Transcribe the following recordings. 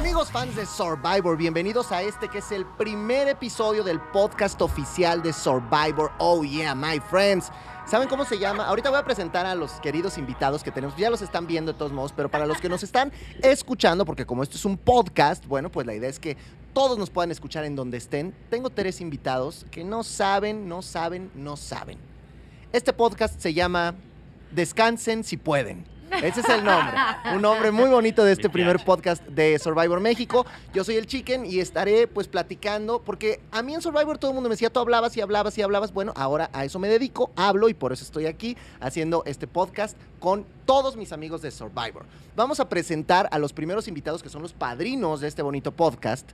de Survivor. Bienvenidos a este que es el primer episodio del podcast oficial de Survivor. Oh yeah, my friends. ¿Saben cómo se llama? Ahorita voy a presentar a los queridos invitados que tenemos. Ya los están viendo de todos modos, pero para los que nos están escuchando, porque como esto es un podcast, bueno, pues la idea es que todos nos puedan escuchar en donde estén. Tengo tres invitados que no saben, no saben, no saben. Este podcast se llama Descansen si pueden. Ese es el nombre. Un nombre muy bonito de este primer podcast de Survivor México. Yo soy el Chicken y estaré pues platicando, porque a mí en Survivor todo el mundo me decía, tú hablabas y hablabas y hablabas. Bueno, ahora a eso me dedico, hablo y por eso estoy aquí haciendo este podcast con todos mis amigos de Survivor. Vamos a presentar a los primeros invitados que son los padrinos de este bonito podcast.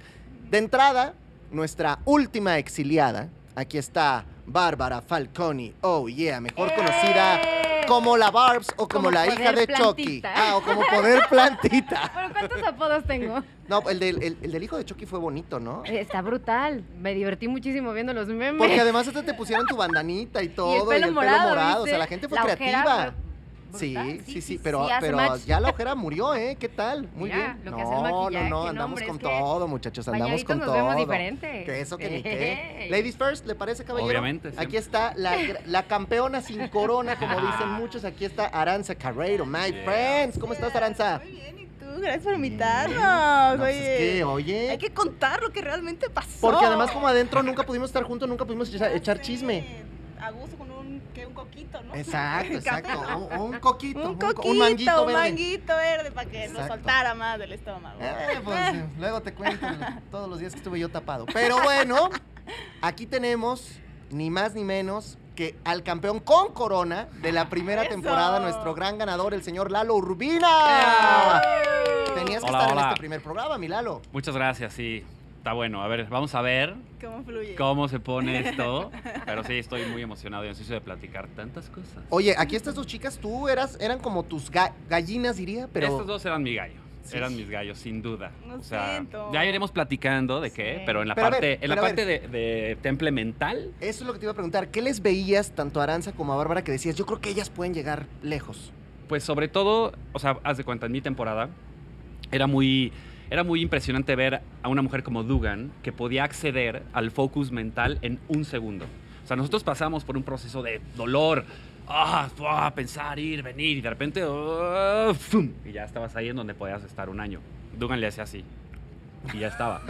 De entrada, nuestra última exiliada. Aquí está Bárbara Falconi. Oh yeah, mejor conocida ¡Eh! como la Barbs o como, Como la hija poder de Chucky. plantita. Ah, o como poder plantita. Pero ¿cuántos apodos tengo? No, el del, el- el del hijo de Chucky fue bonito, ¿no? Está brutal. Me divertí muchísimo viendo los memes. Porque además este te pusieron tu bandanita y todo, y el pelo morado. o sea, ¿viste? la gente fue La ojera creativa. fue Sí, brutal. sí, sí, pero, hace pero match. ya la ojera murió, ¿eh? ¿Qué tal? Muy Mira, bien. lo no, que hace no, el maquillaje, no, no, andamos hombre, con es que todo, muchachos, andamos bañaditos con nos todo. vemos diferente. Que eso que ni qué. Ey. Ladies first, ¿le parece, caballero? Obviamente, siempre. Aquí está la, la campeona sin corona, como dicen muchos. Aquí está Aranza Carrero, my Yeah. friends. ¿Cómo estás, Aranza? Muy bien, ¿y tú? Gracias por invitarnos. No, pues, oye. es que, oye. Hay que contar lo que realmente pasó. Porque además como adentro nunca pudimos estar juntos, nunca pudimos echa- Ya echar sé, chisme. A gusto con un, que un coquito, ¿no? Exacto, Café. exacto. Un, un coquito, Un co- coquito, un manguito verde. para que Exacto. nos soltara más del estómago. Eh, pues, eh, luego te cuento todos los días que estuve yo tapado. Pero bueno, aquí tenemos ni más ni menos que al campeón con corona de la primera Eso. temporada, nuestro gran ganador, el señor Lalo Yeah. Urbina. Eh. Tenías que Hola, estar en hola. este primer programa, mi Lalo. Muchas gracias, sí. Está bueno. A ver, vamos a ver ¿Cómo fluye? cómo se pone esto. Pero sí, estoy muy emocionado y ansioso de platicar tantas cosas. Oye, aquí estas dos chicas, tú eras, eran como tus ga- gallinas, diría, pero... Estos dos eran mi gallo. Sí. Eran mis gallos, sin duda. Lo o sea, siento. ya iremos platicando de qué, Sí. pero en la Pero a ver, parte, en la pero a parte de, de temple mental. Eso es lo que te iba a preguntar. ¿Qué les veías tanto a Aranza como a Bárbara que decías, yo creo que ellas pueden llegar lejos? Pues sobre todo, o sea, haz de cuenta, en mi temporada era muy, era muy impresionante ver a una mujer como Dugan que podía acceder al focus mental en un segundo. O sea, nosotros pasamos por un proceso de dolor, ah, ah, pensar, ir, venir, y de repente, ah, fum, y ya estabas ahí en donde podías estar un año. Dugan le hacía así. Y ya estaba.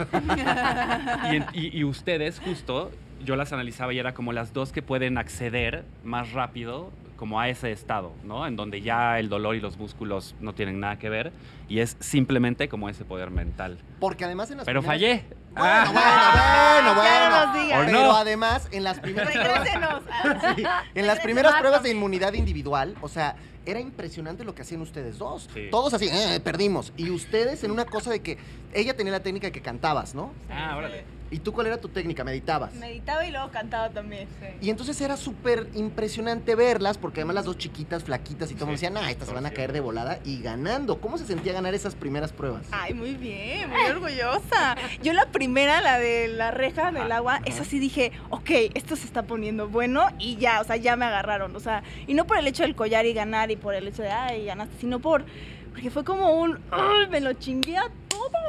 y, en- y- y ustedes, justo, yo las analizaba y era como las dos que pueden acceder más rápido como a ese estado, ¿no? En donde ya el dolor y los músculos no tienen nada que ver y es simplemente como ese poder mental. Porque además en las Pero primeras- fallé. Ah, Bueno, bueno, bueno, bueno. Ya no nos digas. ¿O Pero no? además, en las primeras pruebas, Regrésenos. Ah, sí, en las primeras pruebas de inmunidad individual, o sea, era impresionante lo que hacían ustedes dos. Sí. Todos así, "Eh, perdimos. Y ustedes en una cosa de que ella tenía la técnica que cantabas, ¿no? Ah, órale. ¿Y tú cuál era tu técnica? Meditabas. Meditaba y luego cantaba también. Y entonces era súper impresionante verlas, porque además las dos chiquitas, flaquitas y todo, me Sí. decían, ah, estas se van a caer de volada y ganando. ¿Cómo se sentía ganar esas primeras pruebas? Ah, Ay, muy bien, muy orgullosa. Yo la primera, la de la reja del Ajá, agua, esa sí dije, ok, esto se está poniendo bueno y ya, o sea, ya me agarraron, o sea, y no por el hecho del collar y ganar y por el hecho de, ay, ganaste, sino por, porque fue como un, ay, me lo chingué a todo.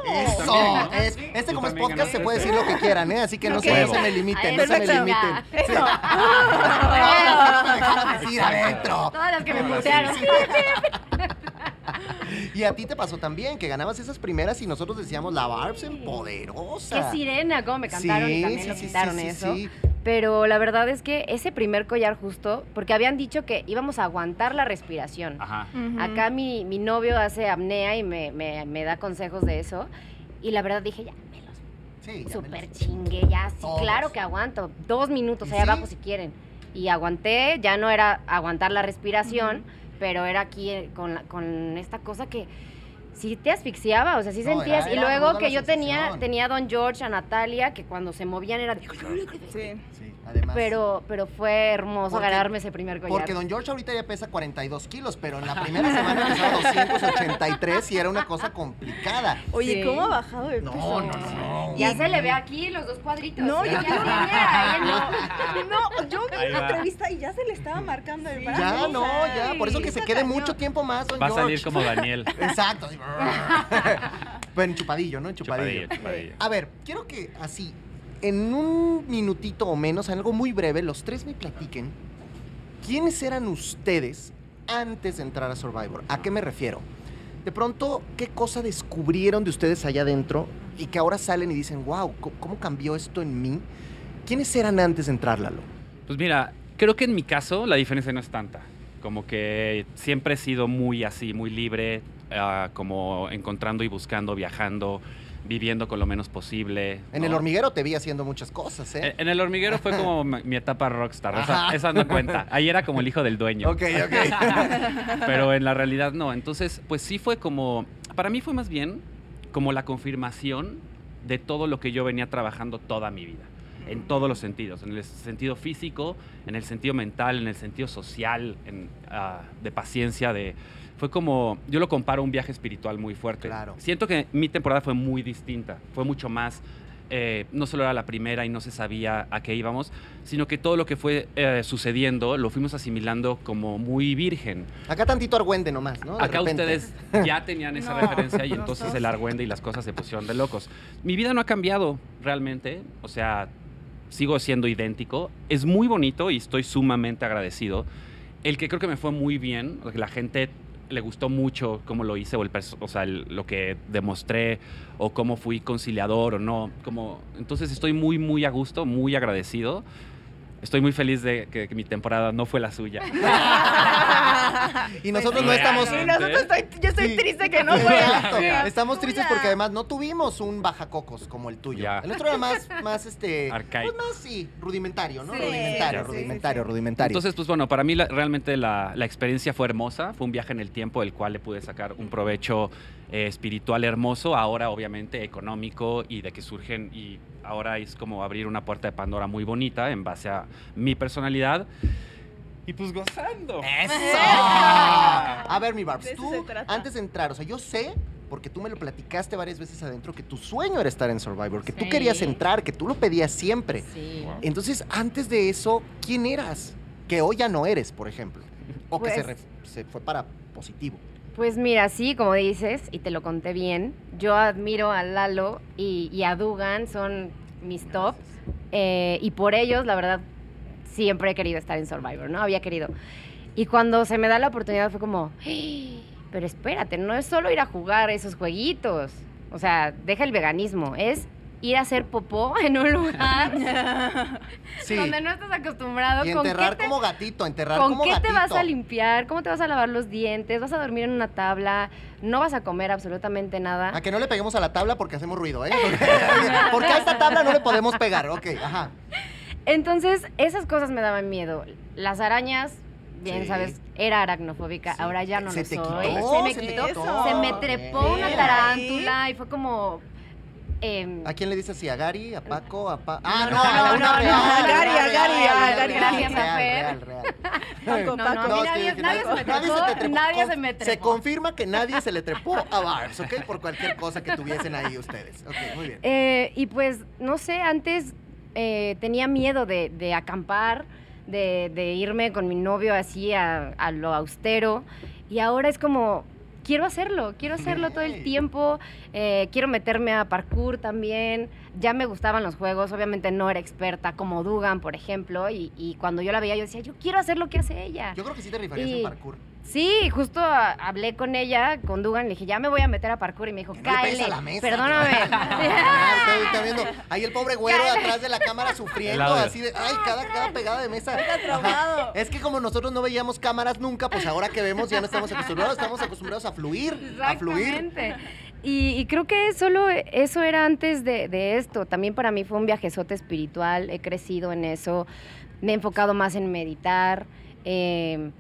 Eso, también, ¿no? es- Sí. este Tú como es también podcast se ganaste. puede decir lo que quieran, ¿eh? así que no, Ok. se, no Huevo. se me limiten, no se me Perfecto. Ah, limiten. Eso. Déjame decir adentro. Todas las que me Ahora sí, putearon. sí. Y a ti te pasó también, que ganabas esas primeras y nosotros decíamos, la Barbs en Qué poderosa. sirena, cómo me cantaron y también lo quitaron eso. sí. Pero la verdad es que ese primer collar justo, porque habían dicho que íbamos a aguantar la respiración. Ajá. Acá mi, mi novio hace apnea y me, me- me da consejos de eso. Y la verdad dije, ya, me los Sí, ya me super lo- chingue, ya, sí, Todos. claro que aguanto. Dos minutos ¿Y allá sí? abajo si quieren. Y aguanté, ya no era aguantar la respiración, pero era aquí eh, con, la- con esta cosa que sí te asfixiaba, o sea, sí No, era- sentías. y era ruda luego la que yo tenía, sensación. tenía a Don George, a Natalia, que cuando se movían era... de- Sí. Sí, además. Pero, pero fue hermoso Porque- ganarme ese primer collar. Porque Don George ahorita ya pesa 42 kilos, pero en la primera semana pesaba 283 y era una cosa complicada. Oye, Sí. ¿cómo ha bajado de peso? No, no, no. Ya se le ve aquí los dos cuadritos. No, ¿eh? yo Ya quiero- se ve ahí en lo- No, yo vi Ahí una va. entrevista y ya se le estaba marcando el brazo. Ya, o no, sea, ya. Por eso que se está quede cañón. mucho tiempo más, Don Va a George. salir como Daniel. Exacto. así, Pero enchupadillo, ¿no? Enchupadillo. Chupadillo, chupadillo. A ver, quiero que así, en un minutito o menos, en algo muy breve, los tres me platiquen quiénes eran ustedes antes de entrar a Survivor. ¿A qué me refiero? De pronto, ¿qué cosa descubrieron de ustedes allá adentro y que ahora salen y dicen, wow, ¿cómo cambió esto en mí? ¿Quiénes eran antes de entrar, Lalo? Pues mira, creo que en mi caso la diferencia no es tanta. Como que siempre he sido muy así, muy libre, ah, como encontrando y buscando, viajando, viviendo con lo menos posible. En ¿no? el hormiguero te vi haciendo muchas cosas, Eh, ¿eh? En el hormiguero fue como mi mi etapa rockstar. Esa, Ajá. esa no cuenta. Ahí era como el hijo del dueño. Ok, ok. Pero en la realidad no. Entonces, pues sí fue como. Para mí fue más bien como la confirmación de todo lo que yo venía trabajando toda mi vida. En todos los sentidos. En el sentido físico, en el sentido mental, en el sentido social, en, ah, de paciencia, de. Fue como, yo lo comparo a un viaje espiritual muy fuerte. Claro. Siento que mi temporada fue muy distinta, fue mucho más, eh, no solo era la primera y no se sabía a qué íbamos, sino que todo lo que fue eh, sucediendo lo fuimos asimilando como muy virgen. Acá tantito argüende nomás, ¿no? De Acá repente. ustedes ya tenían esa No, referencia y no entonces sos. el argüende y las cosas se pusieron de locos. Mi vida no ha cambiado realmente, o sea, sigo siendo idéntico. Es muy bonito y estoy sumamente agradecido. El que creo que me fue muy bien, o que la gente le gustó mucho cómo lo hice o, el perso- o sea, el- lo que demostré o cómo fui conciliador o no. Como, entonces estoy muy, muy a gusto, muy agradecido. Estoy muy feliz de que- que mi temporada no fue la suya. Y nosotros no estamos... Y nosotros estoy, yo estoy Sí. triste que no Exacto. fuera. Estamos tristes porque además no tuvimos un bajacocos como el tuyo. Ya. El otro era más, más este. Arcaico. Pues más, sí, rudimentario, ¿no? Sí, rudimentario, sí, sí, rudimentario, sí. rudimentario. Entonces, pues bueno, para mí la- realmente la, la experiencia fue hermosa, fue un viaje en el tiempo del cual le pude sacar un provecho eh, espiritual hermoso, ahora obviamente económico y de que surgen y ahora es como abrir una puerta de Pandora muy bonita en base a mi personalidad y pues gozando. ¡Eso! ¡Eso! Ah. A ver, mi Barbs, De eso tú, se trata. antes de entrar, o sea, yo sé, porque tú me lo platicaste varias veces adentro, que tu sueño era estar en Survivor, que tú Sí. querías entrar, que tú lo pedías siempre. Sí. Wow. Entonces, antes de eso, ¿quién eras? Que hoy ya no eres, por ejemplo. O que se, Pues- re- se fue para positivo. Pues mira, sí, como dices, y te lo conté bien, yo admiro a Lalo y, y a Dugan, son mis top, eh, y por ellos, la verdad, siempre he querido estar en Survivor, ¿no? Había querido. Y cuando se me da la oportunidad fue como, "Ay, pero espérate, no es solo ir a jugar esos jueguitos, o sea, deja el veganismo, es ir a hacer popó en un lugar Sí. donde no estás acostumbrado. Y ¿con qué enterrar te- como gatito, enterrar ¿Con como qué gatito. te vas a limpiar? ¿Cómo te vas a lavar los dientes? ¿Vas a dormir en una tabla? ¿No vas a comer absolutamente A nada? Ah, que no le peguemos a la tabla porque hacemos ruido, ¿eh? Porque a esta tabla no le podemos pegar. Ok, ajá. Entonces, esas cosas me daban miedo. Las arañas, bien Sí. sabes, era aracnofóbica, Sí. ahora ya no se lo te soy. Quitó, Eh. se me quitó. quitó. Se me trepó una Mira. tarántula y fue como... em, ¿A quién le dices así? ¿A Gary? ¿A Paco? ¿A Pa- Ah, no, no, a la no, una no, real. a no, la Gary, una a real, Gary, a a la Gary. una real, Gracias, real, Fer. real, real. No, Paco, no, Paco. a mí No, nadie- sí, que nadie se me trepó, te trepó. nadie Con- se me Se trepó. confirma que nadie se le trepó a Barbs, ¿ok? Por cualquier cosa que tuviesen ahí ustedes. Ok, muy bien. Eh, y pues, no sé, antes eh, tenía miedo de, de acampar, de, de irme con mi novio así a, a lo austero. Y ahora es como, quiero hacerlo, quiero hacerlo todo Ey. el tiempo. eh, quiero meterme a parkour también. Ya me gustaban los juegos, obviamente no era experta, como Dugan, por ejemplo. Y, y cuando yo la veía, yo decía, yo quiero hacer lo que hace ella. Yo creo que sí te rifarías en Y- parkour. Sí, justo a- hablé con ella, con Dugan, le dije, ya me voy a meter a parkour. Y me dijo, Que no le pegues cáele, a la mesa, perdóname. Ah, está- está viendo. Ahí el pobre güero Cállate. atrás de la cámara sufriendo, El audio. así de, ay, cada, cada pegada de mesa. traumado. Es que como nosotros no veíamos cámaras nunca, pues ahora que vemos ya no estamos acostumbrados, estamos acostumbrados a fluir, a fluir. Exactamente. Y, y creo que solo eso era antes de, de esto. También para mí fue un viajezote espiritual. He crecido en eso. Me he enfocado más en meditar, eh, en,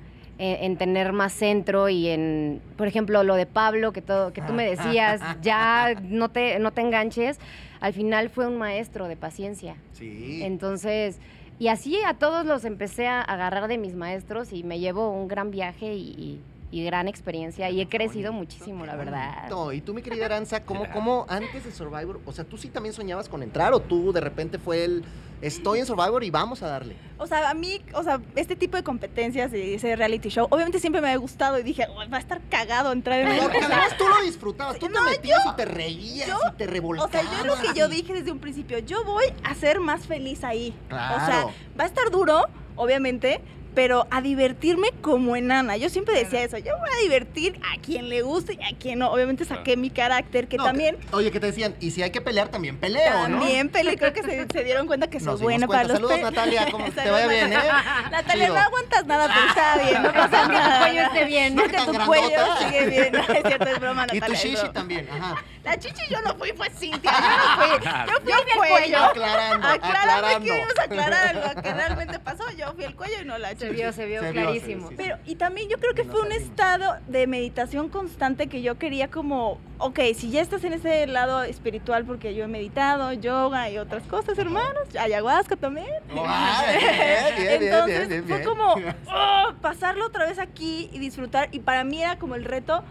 en tener más centro y en, por ejemplo, lo de Pablo, que, todo, que tú me decías, ya no te, no te enganches. Al final fue un maestro de paciencia. Sí. Entonces, y así a todos los empecé a agarrar de mis maestros y me llevo un gran viaje y, y- y gran experiencia y he crecido Bonito, muchísimo, qué la verdad. bonito. Y tú, mi querida Aranza, ¿cómo, Claro. ¿cómo antes de Survivor, o sea, tú sí también soñabas con entrar o tú de repente fue el, Estoy en Survivor y vamos a darle. O sea, a mí, o sea, este tipo de competencias y ese reality show, obviamente siempre me ha gustado y dije, "Ay, va a estar cagado entrar en No, una- porque además tú lo disfrutabas, tú te No, metías y te reías y te O revolcabas. sea, yo lo que yo dije desde un principio, yo voy a ser más feliz ahí. O sea, Claro. va a estar duro, obviamente, pero a divertirme como enana. Yo siempre decía eso, yo voy a divertir a quien le guste y a quien no. Obviamente saqué mi carácter, que No, también... oye, que te decían, y si hay que pelear, también peleo, También peleé, creo que se, se dieron cuenta que ¿no? soy Nos dimos buena para cuenta. los Saludos, pe- Natalia, como te Saludos, vaya bien, ¿eh? Natalia, Chido. no aguantas nada, pero está bien, no pasa Que tu nada. cuello esté bien. No, Que tan tu cuello grandota. sigue bien, no, es cierto, es broma, Y Natalia. tu es shishi broma. también, ajá. La chichi yo no fui, fue Cintia, yo no fui. Pues Yo fui el cuello. Aclarando, Aclarando, aclarando. queremos aclarar algo que realmente pasó. Yo fui el cuello y no la Se chichi. vio, se vio Se vio, se vio, clarísimo. sí, Pero, y también yo creo que Nos fue un abrimos. estado de meditación constante que yo quería como, ok, si ya estás en ese lado espiritual, porque yo he meditado, yoga y otras cosas, hermanos, ayahuasca también. Ah, bien, bien, bien, Entonces bien, bien, fue bien. como oh, pasarlo otra vez aquí y disfrutar. Y para mí era como el reto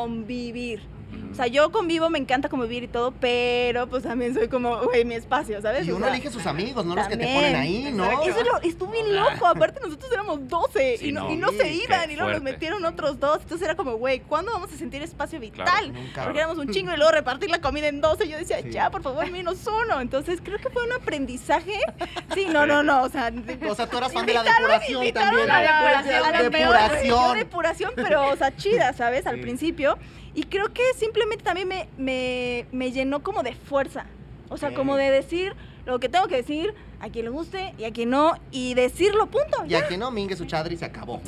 convivir. O sea, yo convivo, me encanta convivir y todo, pero pues también soy como, güey, mi espacio, ¿sabes? Y pues, O uno sea, elige sus amigos, no los que te también. ponen ahí, ¿no? Eso es lo- estuvo bien loco. Aparte, nosotros éramos 12 Sí, y, no, no. y no se Sí, iban qué y luego nos fuerte. metieron otros dos. Entonces era como, güey, ¿cuándo vamos a sentir espacio vital? Claro. Nunca. Porque éramos un chingo y luego repartir la comida en 12. Yo decía, Sí. ya, por favor, menos uno. Entonces creo que fue un aprendizaje. Sí, no, no, no. O sea, O sea, tú eras fan de la Invitaron- depuración invitaron también. ¿eh? a la depuración, a la peor Depuración. religión depuración, pero, o sea, chida, ¿sabes? Al Sí. principio. Y creo que simplemente también me, me, me llenó como de fuerza. O sea, Ok. como de decir lo que tengo que decir, a quien le guste y a quien no, y decirlo, punto. Y aquí no mingue su chadri se acabó.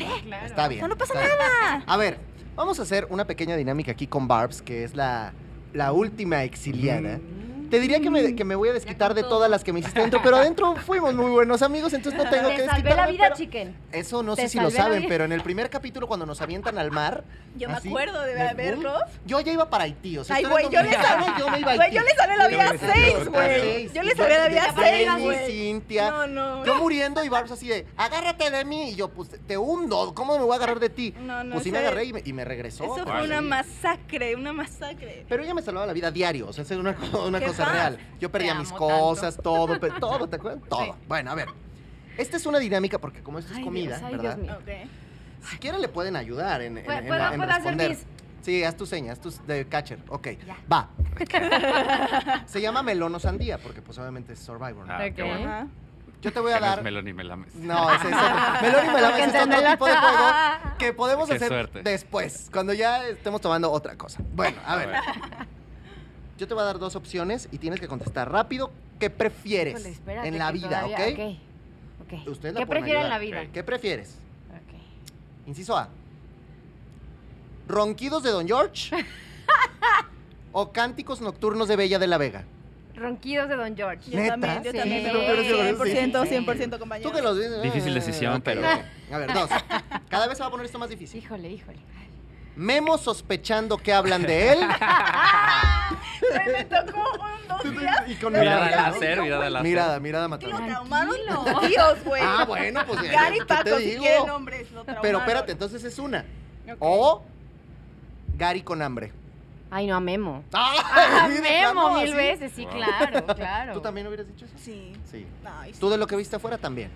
Está bien. O sea, no pasa está bien. nada. A ver, vamos a hacer una pequeña dinámica aquí con Barbs, que es la, la última exiliana. Mm. Te diría que me, que me voy a desquitar con de todo. todas las que me hiciste dentro, pero adentro fuimos muy buenos amigos, entonces no tengo que Te salvé la desquitarme. vida, pero- chicken. Eso no Te sé si lo salvé la saben, vida. pero en el primer capítulo cuando nos avientan al mar, Yo me ¿Así? acuerdo de ¿Ah, ¿De verlos. yo ya iba para Haití. O sea, Ay, esto era güey, yo les 2000, salvé- yo me iba a Güey, Haití. yo le salvé la Yo vida me a salvé seis, la güey. seis. Yo le salvé la vida a De seis, Jenny, güey. Cintia, No, no. yo muriendo y Barbs así de, agárrate de mí. Y yo, pues te hundo, ¿cómo me voy a agarrar de ti? No, no, pues sí me ese- agarré y me, y me regresó. Eso Ay, fue una sí. masacre, una masacre. Pero ella me salvaba la vida diario, o sea, es una, co- una Qué cosa paz. real. Yo perdía amo mis tanto. cosas, todo, pe- todo, ¿te acuerdas? Todo. Bueno, a ver. Esta es una dinámica porque como esto es Ay, comida, Dios, ay, ¿verdad? Dios mío. Ok. Si quieren le pueden ayudar en, en, ¿Puedo- en- en puedo- puedo hacer responder. mis- Sí, haz tu seña, haz tus de catcher. Ok, Ya. va. Se llama melón o sandía porque pues obviamente es Survivor, ¿no? Ah, qué Ok. bueno. Ajá. Yo te voy a Que no dar... es melón y me lames. No, es eso. Melón y melame Porque es otro entre melón- tipo de juego que podemos Qué hacer suerte. después, cuando ya estemos tomando otra cosa. Bueno, a A ver. ver. Yo te voy a dar dos opciones y tienes que contestar rápido qué prefieres Híjole, espérate, en la que vida, todavía- ¿ok? Ok. ok. Ustedes la ¿Qué pueden prefieren en la ayudar, vida? ok. ¿Qué prefieres? Ok. Inciso A. ¿Ronquidos de Don George? ¿O cánticos nocturnos de Bella de la Vega? Ronquidos de Don George. Yo ¿Neta? también, yo Sí, también. sí, sí, 100%, sí. 100%, compañero. Tú que los dices, Difícil eh, decisión, ok, pero- ok. A ver, dos. Cada vez se va a poner esto más difícil. Híjole, híjole. Memo sospechando que hablan de él. Güey, me tocó un dos días. y con Mirada mirada, al láser, mirada al láser. Mirada, mirada que lo matadora. traumaron los tíos, güey. Ah, bueno, pues eh, Gary ¿qué Paco, te si digo? quieren hombres, lo traumaron. Pero espérate, entonces es una. Ok. O Gary con hambre. Ay, no, a Memo. ¡Ah! A Sí, de Memo, plano, mil así. veces, sí, Wow. claro, claro. ¿Tú también hubieras dicho eso? Sí. Sí. Ay, sí. Tú de lo que viste afuera también.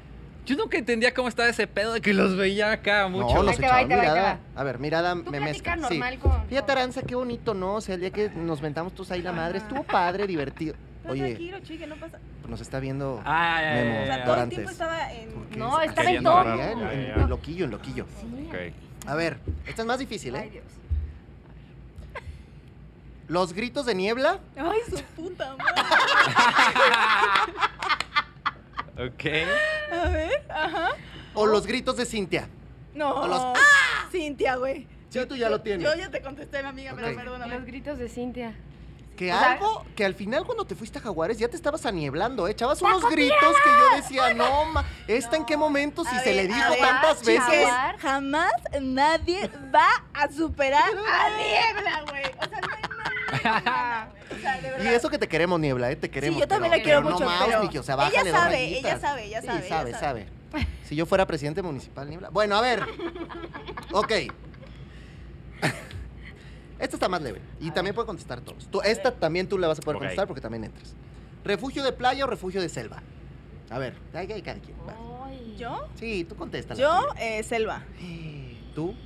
Yo nunca entendía cómo estaba ese pedo de que los veía acá mucho. No, Ahí los te va, ahí echaban te va, ahí te mirada. A ver, mirada me mezcla. platicas Sí. normal con- Fíjate, Aranza, qué bonito, ¿no? O sea, el día que nos mentamos tú ahí la madre, estuvo padre, divertido. Pues Está Oye, pues, tranquilo, chique, no pasa. nos está viendo. Ah, Ay, ay, Memo. ay, O sea, ay, todo ay. el tiempo Antes. estaba en... porque No, es- estaba en queriendo todo. hablar, en- en Ya, ya. loquillo, en loquillo. Sí. Ok. A ver, esta es más difícil, Ay, ¿eh? Dios. Los gritos de niebla Ay, su puta madre. Ok. A ver, ajá. Oh. o los gritos de Cintia. No. A los- Cintia, güey. Sí, tú ya lo tienes. Yo ya te contesté, mi amiga, Ok. pero Los perdóname. gritos de Cintia. Que O sea- algo, que al final cuando te fuiste a Jaguares ya te estabas anieblando, ¿eh? Echabas unos gritos que yo decía, no, ma, ¿esta en qué momento? Si A se ver, le a dijo ver, tantas chiques. veces. Jaguar. Jamás nadie va a superar a Niebla, güey. O sea, no hay manera, güey. O sea, de Y verdad. eso que te queremos, Niebla, ¿eh? Te queremos. sí, yo también pero- la quiero pero mucho, no más, pero Miki, o sea, ella bájale dos sabe, rayitas. ella sabe, ella sabe, Sí, ella sabe, sabe. Si yo fuera presidente municipal, Niebla. Bueno, a ver. Ok. Esta está más leve. Y también puede contestar todos. Tú, esta también tú la vas a poder Ok. contestar porque también entras. ¿Refugio de playa o refugio de selva? A ver, ahí hay cada quien. va. Ay. ¿Yo? Sí, tú contesta. Yo, eh, Selva. ¿Tú?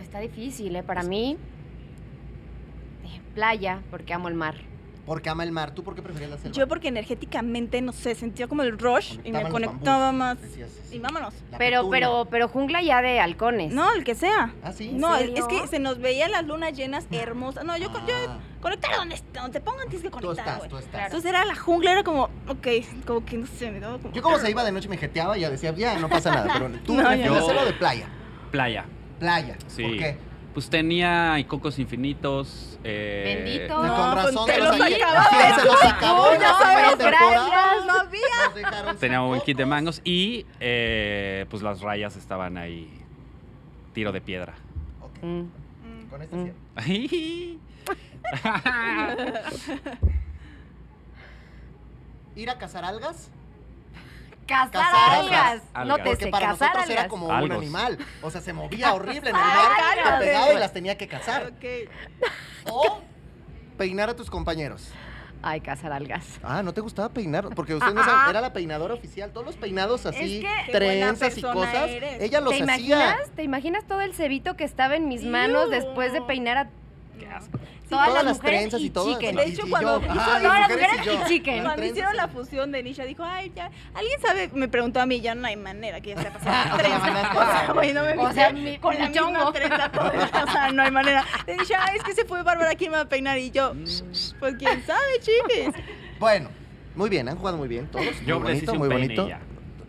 Está difícil, ¿eh? Para mí, eh, playa, porque amo el mar. Porque ama el mar. ¿Tú por qué preferías la selva? Yo porque energéticamente, no sé, sentía como el rush y me Conectaban los conectaba bambús. más. Decías, Y vámonos. la Pero, petuna. pero, pero jungla ya de halcones. No, el que sea. ¿Ah, sí? No, ¿En es serio? que se nos veían las lunas llenas hermosas. No, yo, con- yo Ah, conectar donde, donde te pongan tienes que tú conectar, estás, güey. tú estás. Claro. Entonces era la jungla, era como, ok, como que no sé, me daba como... Yo como se iba de noche me jeteaba y ya decía, ya, no pasa nada. Pero tú No, ya prefieres no. hacerlo de playa. Playa. Playa. Sí. ¿Por qué? Pues tenía cocos infinitos. eh, Bendito. Y No, con razón te se los nos acababa. se nos acabó Uy, la no sabes, primera temporada. No había. Nos dejaron sin Tenía un kit de cocos. mangos y eh, pues las rayas estaban ahí. Tiro de piedra. Ok, Mm. Con este Mm. cierro. ¿Ir a cazar algas? Cazar, Cazar algas. algas. No te Porque sé, para cazar nosotros algas. era como un Algos. animal. O sea, se movía horrible en el Cazar mar, algas. te pegaba y las tenía que cazar. Ok. O peinar a tus compañeros. Ay, cazar algas. Ah, ¿no te gustaba peinar? Porque usted no sabe, era la peinadora oficial. Todos los peinados así, que- Qué buena trenzas y persona cosas, eres. ella los ¿Te hacía. imaginas? ¿Te imaginas todo el cebito que estaba en mis manos Iu. después de peinar a Qué mm. asco. todas, todas las mujeres trenzas y, y todo. chicken? De hecho, cuando hizo- ah, no, las mujeres mujeres yo. y chicken. Las Cuando trenzas hicieron y- la fusión de Nisha, dijo, ay, ya, alguien sabe, me preguntó a mí, ya no hay manera que ya se Ah, pasado o sea, la trenza. mandaste O a- sea, güey, no me O viste sea, mi- con la mi misma chongo. trenza todo el día, o sea, no hay manera. Le dije, ay, es que se fue Bárbara, ¿quién me va a peinar? Y yo, pues quién sabe, chiques. Bueno, muy bien, han jugado muy bien todos. Yo muy les hice bonito, un muy peine y bonito. ya.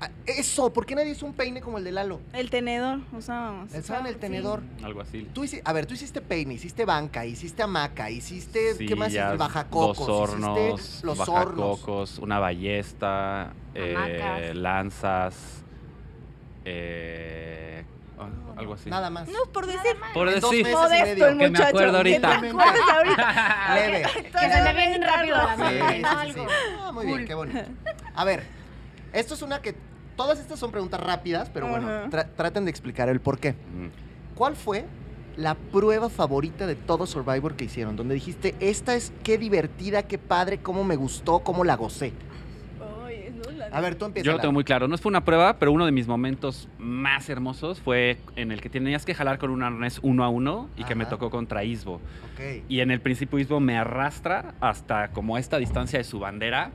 Ah, Eso, ¿por qué nadie hizo un peine como el de Lalo? El tenedor, usábamos. Pensaban el tenedor. Algo así. Tú hici- a ver, tú hiciste peine, hiciste banca, hiciste hamaca, hiciste, ¿qué más? Sillas, hiciste? Bajacocos, Dos hiciste hornos, los hornos. bajacocos, una ballesta, eh, Hamacas. lanzas, eh, ah, algo así. Nada más. No, por decir, Por En dos meses. y decir, medio. modesto el Que me muchacho. acuerdo que te ahorita. acuerdas ahorita. Leve. Que se me vienen rápido a la Sí, mente, sí, ¿no? sí, sí. Algo. Ah, muy bien, qué bonito. A ver, esto es una que. Todas estas son preguntas rápidas, pero bueno, Ajá. tra- traten de explicar el por qué. Mm. ¿Cuál fue la prueba favorita de todo Survivor que hicieron? Donde dijiste, esta es qué divertida, qué padre, cómo me gustó, cómo la gocé. Ay, no, la- A ver, tú empieza. Yo lo Lalo. tengo muy claro. No fue una prueba, pero uno de mis momentos más hermosos fue en el que tenías que jalar con un arnés uno a uno y que me Ajá. tocó contra Isbo. Ok. Y en el principio Isbo me arrastra hasta como esta distancia de su bandera.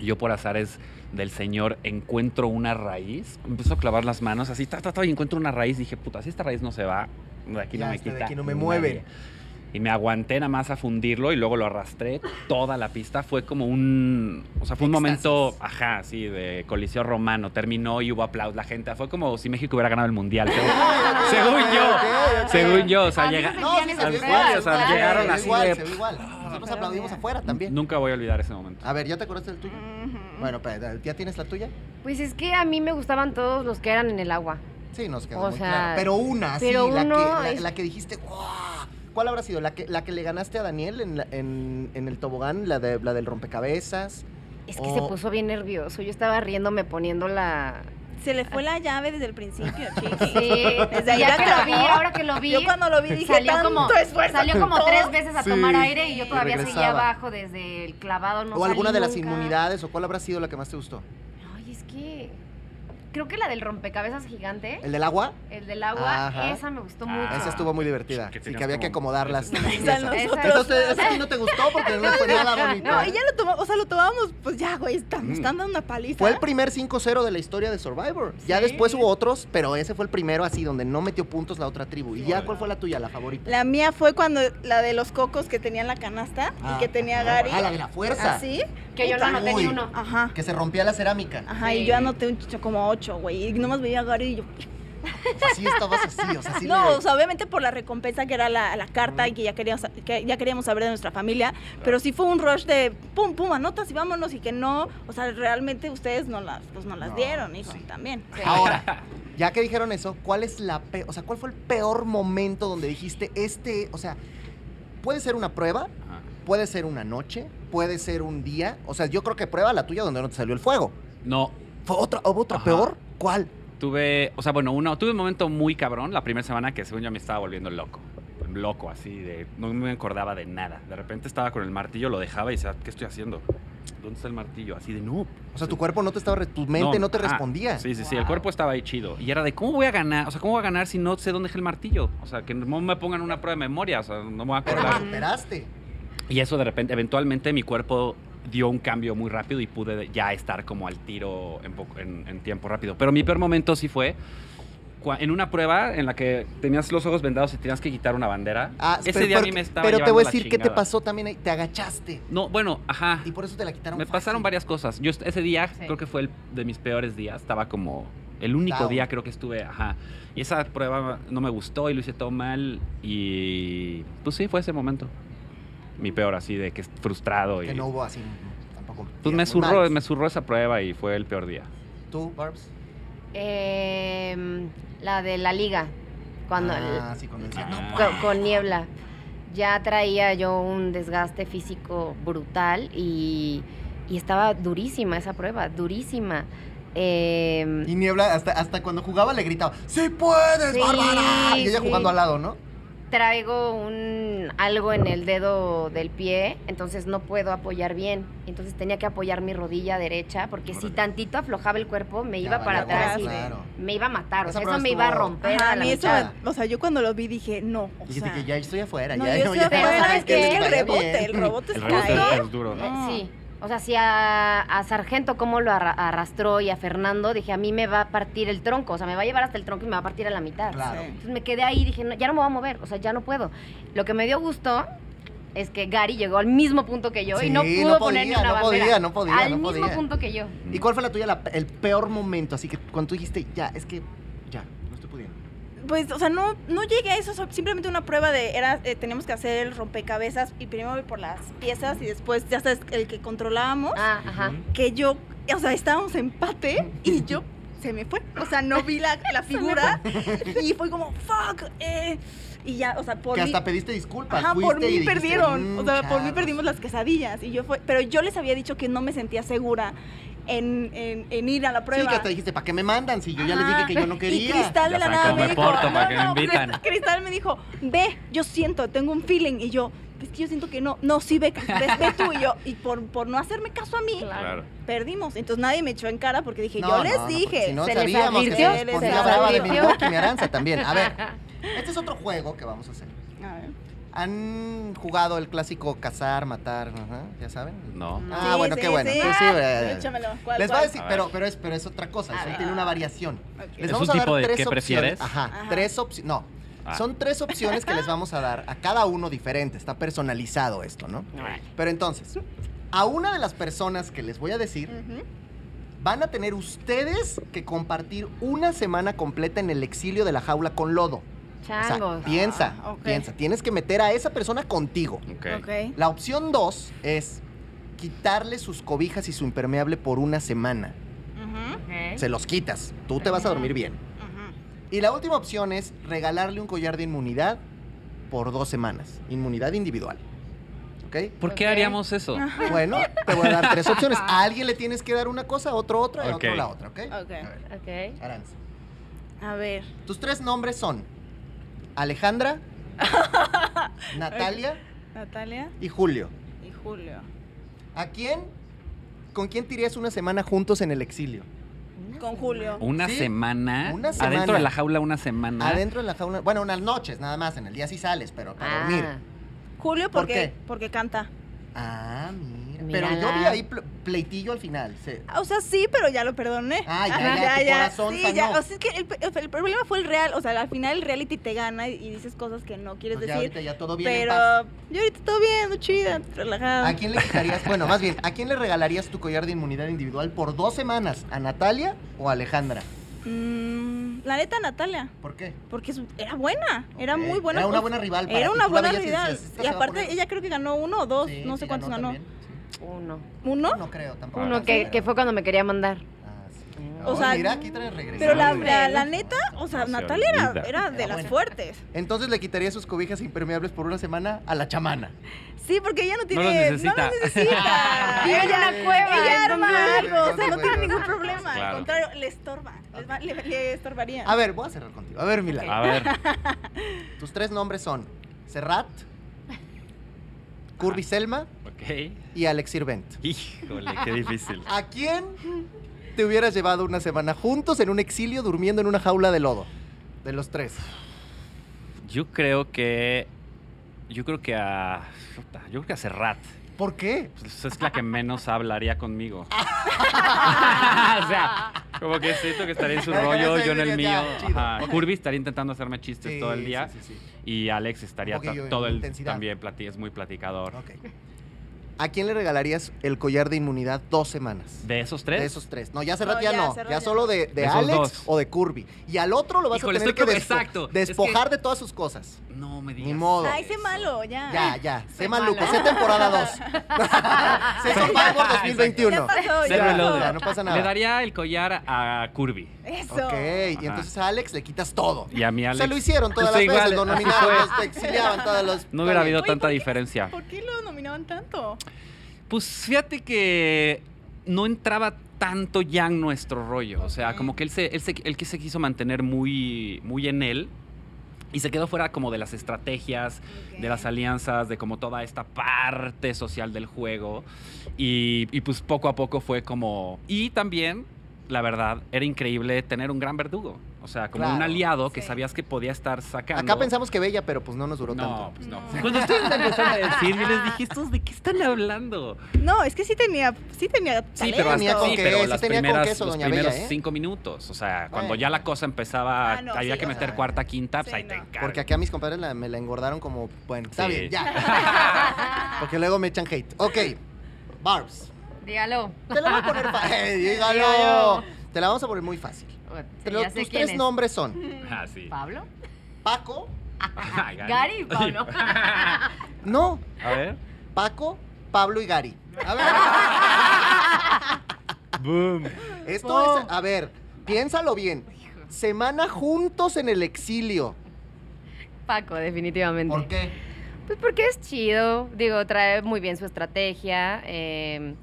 Y Yo por azares del señor encuentro una raíz. Empiezo a clavar las manos así, ta, ta, ta, y encuentro una raíz. Dije, puta, si esta raíz no se va, de aquí Ya no me está, de quita. aquí no me nadie". mueve. Y me aguanté nada más a fundirlo y luego lo arrastré toda la pista. Fue como un. O sea, fue un Éxtasis. momento, ajá, sí, de coliseo romano. Terminó y hubo aplausos. La gente. Fue como si México hubiera ganado el mundial. según- según yo. Ok, ok. Según yo. O sea, Así llega. se No, sí, Sentían se vio esas igual. pruebas, se vio igual, ¿verdad? Llegaron se vio así igual, de- se vio igual. Nosotros pero aplaudimos bien. Mm. afuera también. Ah. Nunca voy a olvidar ese momento. A ver, ¿ya te acordaste del tuyo? Bueno, espera, ¿ya tienes la tuya? Pues es que a mí me gustaban todos los que eran en el agua. Sí, nos quedó O muy sea, claro. Pero una, sí, pero la, uno que, la, es- la que dijiste, ¡guau! ¿Cuál habrá sido? ¿La que, ¿La que le ganaste a Daniel en, la- en- en el tobogán? ¿La, de, ¿La del rompecabezas? Es que Oh. se puso bien nervioso. Yo estaba riéndome poniendo la. Se le fue la llave desde el principio, chiques. Sí. Desde ahí ya la que lo vi, clavó. ahora que lo vi. Yo cuando lo vi dije, salió tanto como, esfuerzo. salió como todo". tres veces a Sí, tomar aire y yo todavía seguía regresaba. abajo desde el clavado. No ¿O alguna salí de las nunca. inmunidades? ¿O cuál habrá sido la que más te gustó? Ay, es que. Creo que la del rompecabezas gigante, el, ¿El del agua? del agua, Ajá. esa me gustó Ah, mucho. Esa estuvo muy divertida. Que Sí, tenías que había como- que acomodar las Esa piezas. no. Esa- Esa usted- esa sí no te gustó porque no le ponía nada bonito. no, ¿eh? No, y ya lo tomamos, o sea, lo tomábamos, pues ya, güey, está, Mm. nos están dando una paliza. Fue el primer 5-0 de la historia de Survivor. Ya Sí. después hubo otros, pero ese fue el primero así, donde no metió puntos la otra tribu. ¿Y ya cuál fue la tuya, la favorita? La mía fue cuando la de los cocos que tenían la canasta y que tenía Gary. Ah, la de la fuerza. Así. Que yo no Puta, anoté uy. ni uno. Ajá. Que se rompía la cerámica. Ajá, Sí. y yo anoté un chicho como ocho, güey. Y nomás veía a Gary y yo. O sea, sí estabas así, o sea, sí no, le- o sea, obviamente por la recompensa que era la, la carta y que ya queríamos, que ya queríamos saber de nuestra familia. Pero sí fue un rush de pum, pum, anotas y vámonos. Y que no, o sea, realmente ustedes no las, pues, no las No, dieron, hijo, sí. también. Ahora, ya que dijeron eso, ¿cuál es la pe- o sea, cuál fue el peor momento donde dijiste este, o sea, puede ser una prueba, Ajá. puede ser una noche, puede ser un día, o sea, yo creo que prueba la tuya donde no te salió el fuego. No, ¿Fue otra hubo otra Ajá. peor? ¿Cuál? tuve, o sea, bueno, uno, tuve un momento muy cabrón la primera semana que según yo me estaba volviendo loco. Loco, así de. No me acordaba de nada. De repente estaba con el martillo, lo dejaba y decía, ¿qué estoy haciendo? ¿dónde está el martillo? Así de no. O sea, tu cuerpo no te estaba, re- tu mente no, te ah, respondía. sí, sí, sí, el cuerpo estaba ahí chido. Y era de, ¿cómo voy a ganar? O sea, ¿cómo voy a ganar si no sé dónde dejé el martillo? O sea, que no me pongan una prueba de memoria, o sea, no me voy a Pero acordar. lo superaste. Y eso de repente, eventualmente mi cuerpo dio un cambio muy rápido y pude ya estar como al tiro en, poco- en- en tiempo rápido. Pero mi peor momento sí fue cua- en una prueba en la que tenías los ojos vendados y tenías que quitar una bandera. Ah, Ese pero- día a pero- mí me estaba Pero te llevando voy a la decir qué te chingada. pasó también ahí. Te agachaste. No, bueno, ajá. Y por eso te la quitaron. Me fácil. pasaron varias cosas. Yo est- ese día Sí. creo que fue el de mis peores días. Estaba como el único Down. día creo que estuve, ajá. Y esa prueba no me gustó y lo hice todo mal y pues sí, fue ese momento. Mi peor así de que es frustrado y Que no hubo así tampoco. pues días me muy zurró, malos. me zurró esa prueba y fue el peor día. ¿Tú, Barbs? Em, la de la liga, cuando Ah, sí, cuando decías, no, Ah. con, con niebla. Ya traía yo un desgaste físico brutal y, y estaba durísima esa prueba, durísima. Em, Y Niebla, hasta, hasta cuando jugaba le gritaba, ¡Sí puedes, Sí, Bárbara! Y ella sí. jugando al lado, ¿no? traigo un algo en el dedo del pie, entonces no puedo apoyar bien. Entonces tenía que apoyar mi rodilla derecha porque si Órale. tantito aflojaba el cuerpo me E iba Ya, para valía atrás gorro, y Claro. me iba a matar, o Esa sea, prueba eso me iba a estuvo- romper Ajá, a a la mí eso, mitad. me- o sea, yo cuando lo vi dije, no, o Dijiste sea, que ya estoy afuera, no, ya, yo no, estoy ya afuera, está, ¿sabes que les qué? El vaya bien. rebote, el rebote El está rebote ahí. es duro, Eh, Ah. ¿no? Sí. O sea, si a, a Sargento cómo lo arra- arrastró y a Fernando, dije, a mí me va a partir el tronco. O sea, me va a llevar hasta el tronco y me va a partir a la mitad. Claro. Sí. Entonces me quedé ahí y dije, no, ya no me voy a mover. O sea, ya no puedo. Lo que me dio gusto es que Gary llegó al mismo punto que yo Sí, y no no pudo poner ni podía, una no bandera. podía, no podía, Al no mismo podía. punto que yo. Mm, ¿Y cuál fue la tuya, la- el peor momento? Así que cuando tú dijiste, ya, es que ya, no estoy pudiendo. Pues, o sea, no, no llegué a eso, so- simplemente una prueba de, era, eh, teníamos que hacer el rompecabezas y primero ir por las piezas y después, ya sabes, el que controlábamos, Ah, ajá. Ujú. que yo, o sea, estábamos empate y yo se me fue, o sea, no vi la, la figura y fue como, fuck, eh", y ya, o sea, por que mí- hasta pediste disculpas. Ajá, por fuiste mí y dijiste, perdieron. "Mm, o sea, por mí charros". perdimos las quesadillas. Y yo fue, pero yo les había dicho que no me sentía segura en, en- en ir a la Sí, prueba. que hasta dijiste, ¿para qué me mandan? Si yo ya les Ajá. dije que yo no Y quería. Cristal Ya de la saben nada cómo me me dijo, porto para no, que me no, invitan. Cristal- Cristal me dijo, ve, yo siento, tengo un feeling. Y yo, es que yo siento que no. No, sí, ve, ve, ve tú. Y yo, y por, por no hacerme caso a mí, Claro. perdimos. Entonces nadie me echó en cara porque dije, No, yo no, les no, porque dije. Si no, se les sabíamos que advirtió, se les se ponía les brava de advirtió. Milwaukee, mi aranza también. A ver, este es otro juego que vamos a hacer. A ver. ¿Han jugado el clásico cazar, matar? ajá, ¿Ya saben? No. No. Ah, Sí, bueno, sí, qué bueno. sí. Entonces, sí, eh, Échamelo. ¿Cuál, les voy cuál? a decir, A ver. pero, pero, es, pero es otra cosa, A eso ver. tiene una variación. Ok. Les ¿Es vamos un a dar tipo de tres qué opciones. prefieres? Ajá, Ajá. tres opciones. No, Ah. son tres opciones que les vamos a dar a cada uno diferente. Está personalizado esto, ¿no? Órale. Pero entonces, a una de las personas que les voy a decir, Ujú. van a tener ustedes que compartir una semana completa en el exilio de la jaula con lodo. O sea, Changos. piensa, Ah, ok. piensa. Tienes que meter a esa persona contigo. Ok. Ok. La opción dos es quitarle sus cobijas y su impermeable por una semana. Ujú, Ok. Se los quitas. Tú te vas a dormir bien. ujú. Y la última opción es regalarle un collar de inmunidad por dos semanas. Inmunidad individual. ¿Ok? ¿Por qué Ok. haríamos eso? Bueno, te voy a dar tres opciones. A alguien le tienes que dar una cosa, a otro otra, y a otro Ok. la otra, ¿ok? Ok. A ver, Ok. Aranza. A ver. Tus tres nombres son Alejandra, Natalia Natalia y Julio. y Julio. ¿A quién? ¿Con quién te irías una semana juntos en el exilio? Con Julio. Una Sí. semana. Una semana. Adentro de la jaula una Mm. semana. Adentro en la jaula. Bueno, unas noches nada más. En el día sí sales, pero para Ah, dormir. Julio ¿Por porque, qué? porque canta. Ah, mira. Mírala. Pero yo vi ahí ple- pleitillo al final. se- Ah, O sea, sí, pero ya lo perdoné. Ah, ya, Ajá, ya, tu corazón sí, sanó. ya. O sea, es que el, el problema fue el real. O sea, al final el reality te gana y, y dices cosas que no quieres pues ya decir. ahorita ya todo bien. en Pero paz. yo ahorita todo bien, chida, relajada. ¿A quién le quitarías? Bueno, más bien, ¿a quién le regalarías tu collar de inmunidad individual por dos semanas? ¿A Natalia o a Alejandra? Mm, la neta, Natalia. ¿Por qué? Porque es- era buena. Era Ok. muy buena. Era una con- buena rival. para Era ti, una tú la buena veías y rival. decías, "Esta Y se va a aparte, poner". ella creo que ganó uno o dos. Sí, no sé sí, cuántos ganó. también, sí. Uno. ¿Uno? No creo tampoco. Uno que, que fue cuando me quería mandar. Ah, sí. O Oh, sea, mira, aquí trae regreso. Pero la, Hombre. la- la neta, o sea, No se Natalia era, olvida. era de Era las buena. fuertes. Entonces le quitaría sus cobijas impermeables por una semana a la chamana. Sí, porque ella no tiene. los necesita. No los necesita. Vive en una cueva, Ella entonces- arma algo. O sea, no Entonces, tiene bueno. ningún problema. Al Claro. contrario, le estorba. les va- Le, le estorbaría. A ver, voy a cerrar contigo. A ver, Mila. A ver. Tus tres nombres son Serrat, Curvy Selma Ok. Ok. y Alex Sirvent. Híjole, qué difícil. ¿A quién te hubieras llevado una semana juntos en un exilio durmiendo en una jaula de lodo? De los tres. Yo creo que. Yo creo que a. puta, Yo creo que a Serrat. ¿Por qué? Pues es la que menos hablaría conmigo. o sea, como que siento que estaría en su Ya, ya rollo, sé, yo en el ya, mío. ya, chido, Ajá. ok. Curvy estaría intentando hacerme chistes Sí, todo el día. sí, sí, sí. Y Alex estaría Ok, ta- yo en todo el intensidad. también plati- es muy platicador. Ok. ¿A quién le regalarías el collar de inmunidad dos semanas? De esos tres. De esos tres. No, ya Serrat No, ya, ya, no. Serrat ya ya solo de, de De esos Alex dos. o de Kirby. Y al otro lo vas Híjole, a tener que estoy creo- despo- exacto. Es que- despojar de todas sus cosas. No me digas. Ni modo. Ay, sé Ah, malo, ya. Ya, ya. Sé Soy maluco. mala. Sé temporada 2. sé Survivor Exacto. 2021. Ya pasó, Ya, Sé ya pasó. reloaded. ya, no pasa Le nada. daría el collar a Curvy. Eso. Ok, y Ajá. entonces a Alex le quitas todo. Y a mí Alex. Se lo hicieron todas las Pues veces, igual, lo así nominaban, fue. te exiliaban todas las... No hubiera habido Oye, ¿por tanta qué? diferencia. ¿Por qué lo nominaban tanto? Pues fíjate que no entraba tanto ya en nuestro rollo. O sea, Ok. como que él se, él se- él que se quiso mantener muy, muy en él. Y se quedó fuera como de las estrategias, de las alianzas, de como toda esta parte social del juego. Y, y pues poco a poco fue como... Y también, la verdad, era increíble tener un gran verdugo. O sea, como un Claro. aliado que Sí. sabías que podía estar sacando. Acá pensamos que Bella, pero pues no nos duró No, tanto. Mm. pues no. No. Cuando ustedes la empezaron a decir, yo les dije, ¿estos de qué están hablando? No, es que sí tenía, sí tenía Sí, talento. pero, Tenía hasta, con sí, qué, pero sí las tenía con primeras, queso, los doña primeros Bella, ¿eh? cinco minutos. O sea, cuando Bueno. ya la cosa empezaba, Ah, no, había sí, que o meter sea, cuarta, quinta, pues sí, ahí te no. encargo. Porque aquí a mis compadres la- me la engordaron como... Bueno, está Sí. bien, ya. Porque luego me echan hate. Ok, Barbs, Dígalo. te la voy a poner fácil. Dígalo. Dígalo. Te la vamos a poner muy fácil. Sí, Pero ya sé tus quién tres es. nombres son Ah, sí. ¿Pablo? Paco... Ay, Gary y Pablo. No, A ver. Paco, Pablo y Gary. A Boom. ver, esto es... A ver, piénsalo bien. Semana juntos en el exilio. Paco, definitivamente. ¿Por qué? Pues porque es chido. Digo, trae muy bien su estrategia. eh,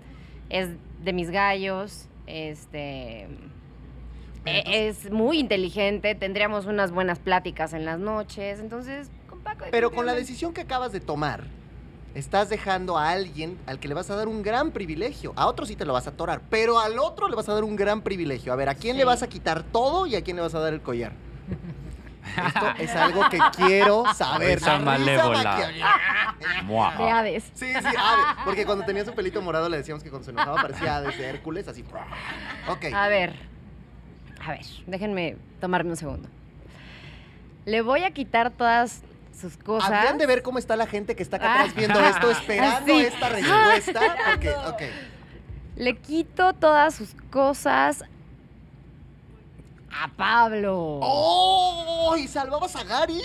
es de mis gallos. Este. e- Es muy inteligente, tendríamos unas buenas pláticas en las noches, entonces con Paco. Pero con la definitivamente. decisión que acabas de tomar, estás dejando a alguien al que le vas a dar un gran privilegio. A otro sí te lo vas a atorar, pero al otro le vas a dar un gran privilegio. A ver, ¿a quién le Sí. vas a quitar todo y a quién le vas a dar el collar? Esto es algo que quiero saber. La Risa malévola. maquiavélica. Mua. De Hades. Sí, sí, Hades. Porque cuando tenía su pelito morado le decíamos que cuando se enojaba parecía Hades de Hércules, así. Ok. A ver, a ver, déjenme tomarme un segundo. Le voy a quitar todas sus cosas. Habrían de ver cómo está la gente que está acá atrás Ah. viendo esto, esperando Sí. Ah, esta respuesta. Porque, ok. Le quito todas sus cosas a Pablo. ¡Oh! ¿Y salvabas a Gary?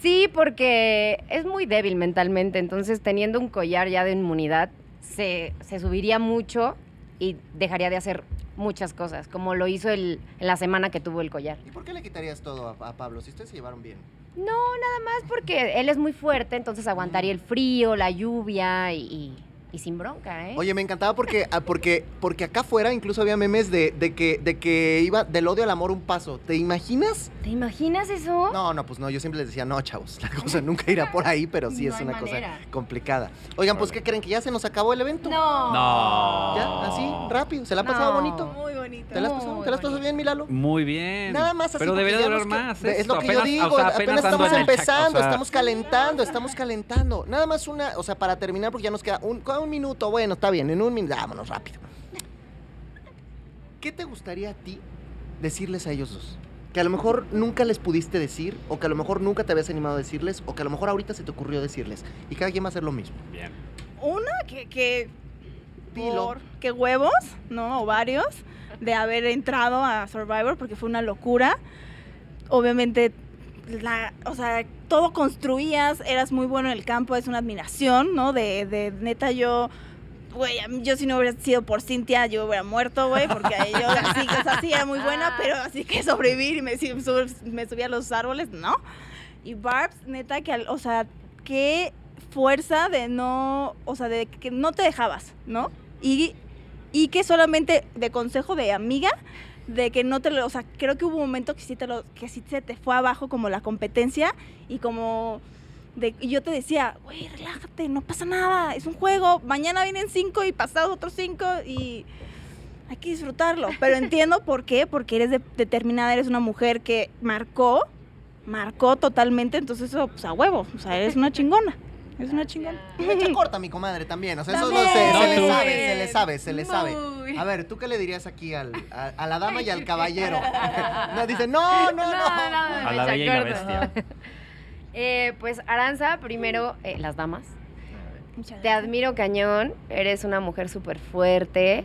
Sí, porque es muy débil mentalmente, entonces teniendo un collar ya de inmunidad, se, se subiría mucho y dejaría de hacer muchas cosas, como lo hizo el, en la semana que tuvo el collar. ¿Y por qué le quitarías todo a, a Pablo si ustedes se llevaron bien? No, nada más porque él es muy fuerte, entonces aguantaría el frío, la lluvia y, y- y sin bronca, ¿eh? Oye, me encantaba porque, ah, porque, porque acá afuera incluso había memes de, de que, de que iba del odio al amor un paso. ¿Te imaginas? ¿Te imaginas eso? No, no, pues no, yo siempre les decía, no, chavos, la cosa nunca irá por ahí, pero sí No es hay una manera. cosa complicada. Oigan, pues, ¿qué creen? ¿Que ya se nos acabó el evento? No. No. Ya, así, rápido. ¿Se la ha pasado No. bonito? Muy bonito. ¿Te la has pasado, Muy ¿te la has pasado bonito. bien, Milalo? Muy bien. Nada más así. Pero porque debería ya durar nos que- más. ¿eh? Es esto. lo que Apenas- yo o sea, digo. apenas, ando estamos en el chac- empezando, o sea, estamos calentando, estamos calentando. Nada más una, o sea, para terminar, porque ya nos queda un, un minuto. Bueno, está bien, en un minuto. Vámonos rápido. ¿Qué te gustaría a ti decirles a ellos dos? Que a lo mejor nunca les pudiste decir, o que a lo mejor nunca te habías animado a decirles, o que a lo mejor ahorita se te ocurrió decirles. Y cada quien va a hacer lo mismo. Bien. Una que, que, Dilo. por- que huevos, ¿no? O varios, de haber entrado a Survivor porque fue una locura. Obviamente, la, o sea, todo construías, eras muy bueno en el campo, es una admiración, ¿no? De, de neta yo... Güey, a mí- yo si no hubiera sido por Cintia, yo hubiera muerto, güey, porque a yo así, o sea, sí era muy buena, pero así que sobrevivir y me, sub- sub- me subí a los árboles, ¿no? Y Barbs, neta, que, al- o sea, qué fuerza de no, o sea, de que no te dejabas, ¿no? Y, y que solamente de consejo de amiga, de que no te lo, o sea, creo que hubo un momento que sí, te lo, que sí se te fue abajo como la competencia y como de- y yo te decía, güey, relájate, no pasa nada, es un juego, mañana vienen cinco y pasado otros cinco y hay que disfrutarlo. Pero entiendo por qué, porque eres de- determinada, eres una mujer que marcó, marcó totalmente, entonces eso, pues a huevo, o sea, eres una chingona, eres una chingona. Mecha corta, mi comadre, también. O sea, eso no se, También. se le No, tú. sabe, se le sabe, se le sabe. Muy. A ver, ¿tú qué le dirías aquí al, a, a la dama y al caballero? No, dice, no, no, no. no, A la me bella y la chacorto. bestia. Eh, pues Aranza, primero, eh, las damas. Muchas Te gracias. admiro cañón, eres una mujer súper fuerte.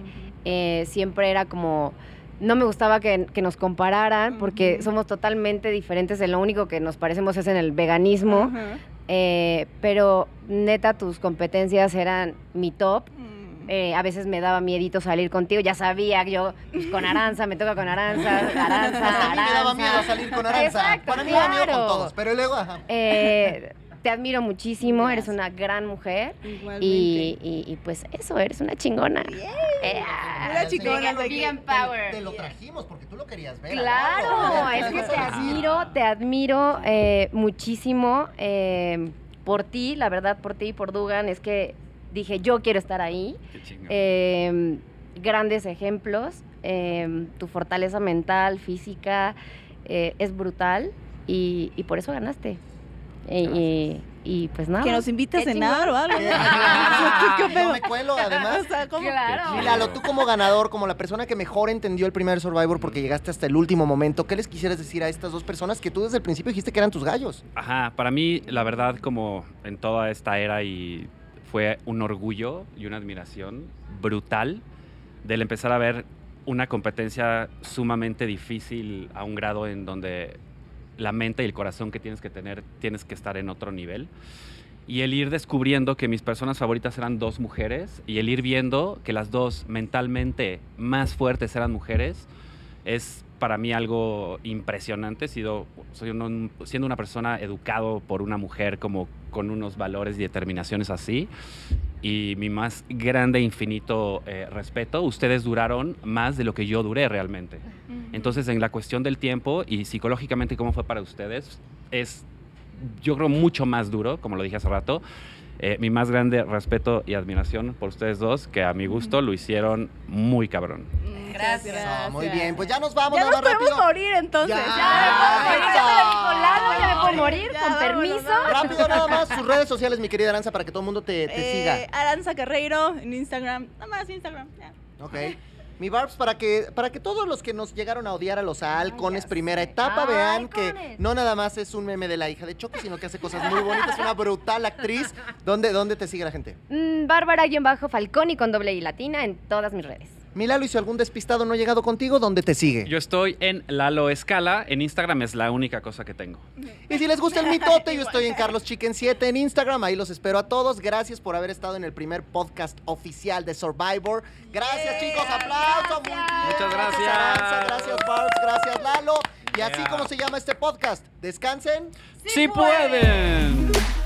eh, siempre era como, no me gustaba que, que nos compararan porque Ujú. somos totalmente diferentes, en lo único que nos parecemos es en el veganismo, Ajá. eh, pero neta tus competencias eran mi top. Mm. Eh, a veces me daba miedito salir contigo, ya sabía, yo pues, con Aranza, me toca con Aranza, Hasta a Aranza, mí me daba Aranza. miedo salir con Aranza. Exacto, Para mí me daba miedo con claro. todos, pero luego, ajá. Eh, te admiro muchísimo, eres Gracias. una gran mujer Igualmente. y, y- y, pues eso, eres una chingona. Eh, Una Vegan- chingona. vegan- aquí. vegan Te, power. lo trajimos porque tú lo querías ver. Claro, Adolfo. es que Vas te a decir. admiro, te admiro eh, muchísimo eh, por ti, la verdad, por ti y por Dugan. Es que dije, yo quiero estar ahí. Qué chingón. Eh, grandes ejemplos, eh, tu fortaleza mental, física, eh, es brutal y, y por eso ganaste. Eh, y, y pues nada. Que nos invite a Qué cenar o algo. ¿Qué Ah, No pedo? me cuelo, además. O sea, ¿cómo? Qué Y Claro. chido. Lalo, tú como ganador, como la persona que mejor entendió el primer Survivor porque llegaste hasta el último momento, ¿qué les quisieras decir a estas dos personas que tú desde el principio dijiste que eran tus gallos? Ajá, para mí, la verdad, como en toda esta era y fue un orgullo y una admiración brutal del empezar a ver una competencia sumamente difícil a un grado en donde la mente y el corazón que tienes que tener tienes que estar en otro nivel. Y el ir descubriendo que mis personas favoritas eran dos mujeres y el ir viendo que las dos mentalmente más fuertes eran mujeres es para mí algo impresionante. Sido, soy un- siendo una persona educado por una mujer como con unos valores y determinaciones así. Y mi más grande, e infinito eh, respeto, ustedes duraron más de lo que yo duré realmente. Mm, Entonces, en la cuestión del tiempo y psicológicamente cómo fue para ustedes, es, yo creo, mucho más duro, como lo dije hace rato. Eh, mi más grande respeto y admiración por ustedes dos, que a mi gusto lo hicieron muy cabrón. Mm, Gracias. Eso, muy bien, pues ya nos vamos, Ya nada nos más podemos rápido. morir entonces. Ya. Ya me puedo morir, Ya, con vámonos, permiso. vámonos. Rápido nada más, sus redes sociales, mi querida Aranza, para que todo el mundo te, te Eh, Aranza Carreiro en Instagram. Nada más Instagram. ya. siga. Ok. Mi Barbs, para que, para que todos los que nos llegaron a odiar a los halcones ya primera sé. etapa Ay, vean que halcones. no nada más es un meme de la hija de Choco, sino que hace cosas muy bonitas, una brutal actriz. ¿Dónde, dónde te sigue la gente? Mm, Bárbara-Falcón y con doble I latina en todas mis redes. Milalo, ¿y si algún despistado no ha llegado contigo, dónde te sigue? Yo estoy en Lalo Escala. En Instagram es la única cosa que tengo. Y si les gusta el mitote, yo estoy en Carlos Chicken 7 en Instagram. Ahí los espero a todos. Gracias por haber estado en el primer podcast oficial de Survivor. Gracias, Yeah, chicos. Aplauso. Muy bien. Muchas gracias. Aranza, gracias, Barbs. Gracias, Lalo. Y así Yeah. como se llama este podcast. Descansen. ¡Sí pueden!